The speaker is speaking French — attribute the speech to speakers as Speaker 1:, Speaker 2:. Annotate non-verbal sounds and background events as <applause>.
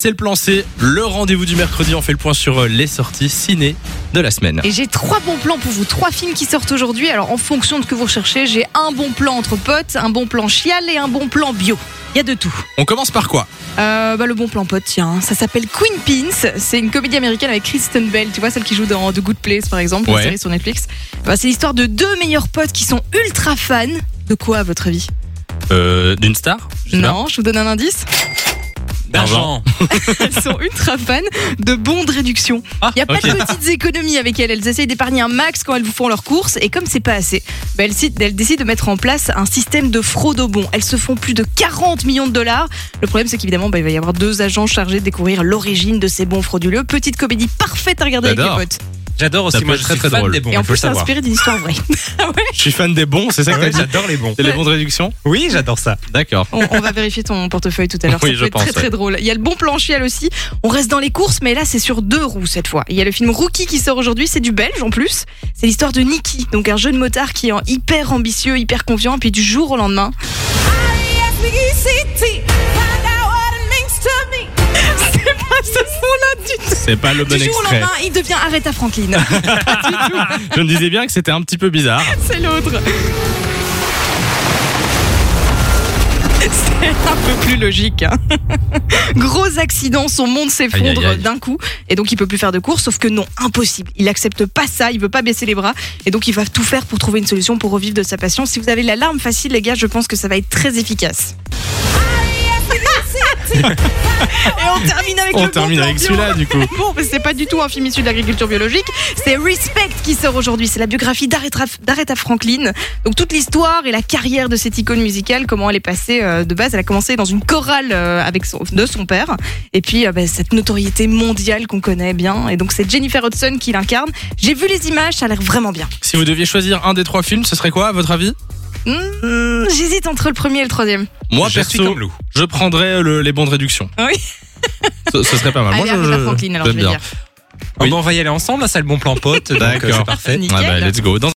Speaker 1: C'est le plan C, le rendez-vous du mercredi. On fait le point sur euh, les sorties ciné de la semaine.
Speaker 2: Et j'ai trois bons plans pour vous, trois films qui sortent aujourd'hui. Alors en fonction de ce que vous recherchez, j'ai un bon plan entre potes, un bon plan chial et un bon plan bio. Il y a de tout.
Speaker 1: On commence par quoi
Speaker 2: Euh, bah, le bon plan pote, tiens, ça s'appelle Queen Pins. C'est une comédie américaine avec Kristen Bell, tu vois, celle qui joue dans The Good Place par exemple,
Speaker 1: Ouais.
Speaker 2: la série sur Netflix. Bah, c'est l'histoire de deux meilleurs potes qui sont ultra fans. De quoi à votre avis
Speaker 1: euh, D'une star Je sais
Speaker 2: Non, je vous donne un indice.
Speaker 1: pas. D'argent.
Speaker 2: elles sont ultra fans de bons de réduction.
Speaker 1: Ah,
Speaker 2: Il n'y a pas
Speaker 1: ok.
Speaker 2: de petites économies avec elles. Elles essayent d'épargner un max quand elles vous font leurs courses. Et comme c'est pas assez, bah, elles, cit- elles décident de mettre en place un système de fraude au bon. Elles se font plus de 40 millions de dollars. Le problème, c'est qu'évidemment, bah, il va y avoir deux agents chargés de découvrir l'origine de ces bons frauduleux. Petite comédie parfaite à regarder avec les
Speaker 1: J'adore.
Speaker 2: potes.
Speaker 3: J'adore
Speaker 1: Ça
Speaker 3: aussi,
Speaker 1: peut
Speaker 3: moi
Speaker 1: être
Speaker 3: je
Speaker 1: très,
Speaker 3: suis
Speaker 1: très
Speaker 3: fan
Speaker 1: drôle.
Speaker 3: des bons,
Speaker 2: et en
Speaker 3: il faut le
Speaker 2: plus, c'est
Speaker 3: savoir.
Speaker 2: inspiré d'une histoire vraie.
Speaker 1: Je suis fan des bons, c'est ça que t'as
Speaker 2: Ah
Speaker 3: Ouais,
Speaker 1: dit
Speaker 3: j'adore les bons.
Speaker 1: C'est les bons de réduction
Speaker 3: Oui, j'adore ça.
Speaker 1: D'accord.
Speaker 2: On, on va vérifier ton portefeuille tout à l'heure.
Speaker 1: Oui,
Speaker 2: ça
Speaker 1: je
Speaker 2: peut être
Speaker 1: pense,
Speaker 2: très très
Speaker 1: ouais.
Speaker 2: drôle. Il y a le bon plan chial aussi. On reste dans les courses, mais là c'est sur deux roues cette fois. Il y a le film Rookie qui sort aujourd'hui. C'est du belge en plus. C'est l'histoire de Nicky, donc un jeune motard qui est en- hyper ambitieux, hyper confiant, et puis du jour au lendemain,
Speaker 1: C'est pas le bon
Speaker 2: du jour au
Speaker 1: extrait.
Speaker 2: lendemain, il devient Aretha Franklin.
Speaker 1: Je me disais bien que c'était un petit peu
Speaker 2: <laughs>
Speaker 1: bizarre.
Speaker 2: c'est l'autre. C'est un peu plus logique. hein. <laughs> Gros accident, son
Speaker 1: Aïe,
Speaker 2: monde
Speaker 1: aïe,
Speaker 2: s'effondre
Speaker 1: aïe.
Speaker 2: d'un coup et donc il peut plus faire de course. Sauf que non, impossible. Il accepte pas ça. Il veut pas baisser les bras et donc il va tout faire pour trouver une solution pour revivre de sa passion. Si vous avez l'alarme facile, les gars, je pense que ça va être très efficace. <laughs> et on termine avec le
Speaker 1: On
Speaker 2: bon
Speaker 1: termine
Speaker 2: plan
Speaker 1: avec
Speaker 2: bio.
Speaker 1: celui-là du coup.
Speaker 2: Bon, mais c'est pas du tout un film issu de l'agriculture biologique. C'est Respect qui sort aujourd'hui. C'est la biographie d'Aretha d'Aretha Franklin. Donc toute l'histoire et la carrière de cette icône musicale, comment elle est passée euh, de base. Elle a commencé dans une chorale euh, avec son, de son père. Et puis euh, bah, cette notoriété mondiale qu'on connaît bien. Et donc c'est Jennifer Hudson qui l'incarne. J'ai vu les images, ça a l'air vraiment bien.
Speaker 1: Si vous deviez choisir un des trois films, ce serait quoi à votre avis
Speaker 2: Hmm, J'hésite entre le premier et le troisième.
Speaker 1: Moi
Speaker 3: je suis
Speaker 1: perso,
Speaker 3: comme Lou.
Speaker 1: je prendrais euh, le- les bons de réduction.
Speaker 2: Ah oui.
Speaker 1: Ce, ce serait pas mal.
Speaker 2: Allez,
Speaker 1: Moi, je,
Speaker 2: Aretha Franklin, alors je
Speaker 1: j'aime
Speaker 2: vais
Speaker 1: bien.
Speaker 2: dire.
Speaker 1: Oui.
Speaker 3: Ah bah, on va y aller ensemble, là, c'est le bon plan pote, donc euh,
Speaker 1: D'accord.
Speaker 3: c'est parfait.
Speaker 1: Ah bah, let's go. Dans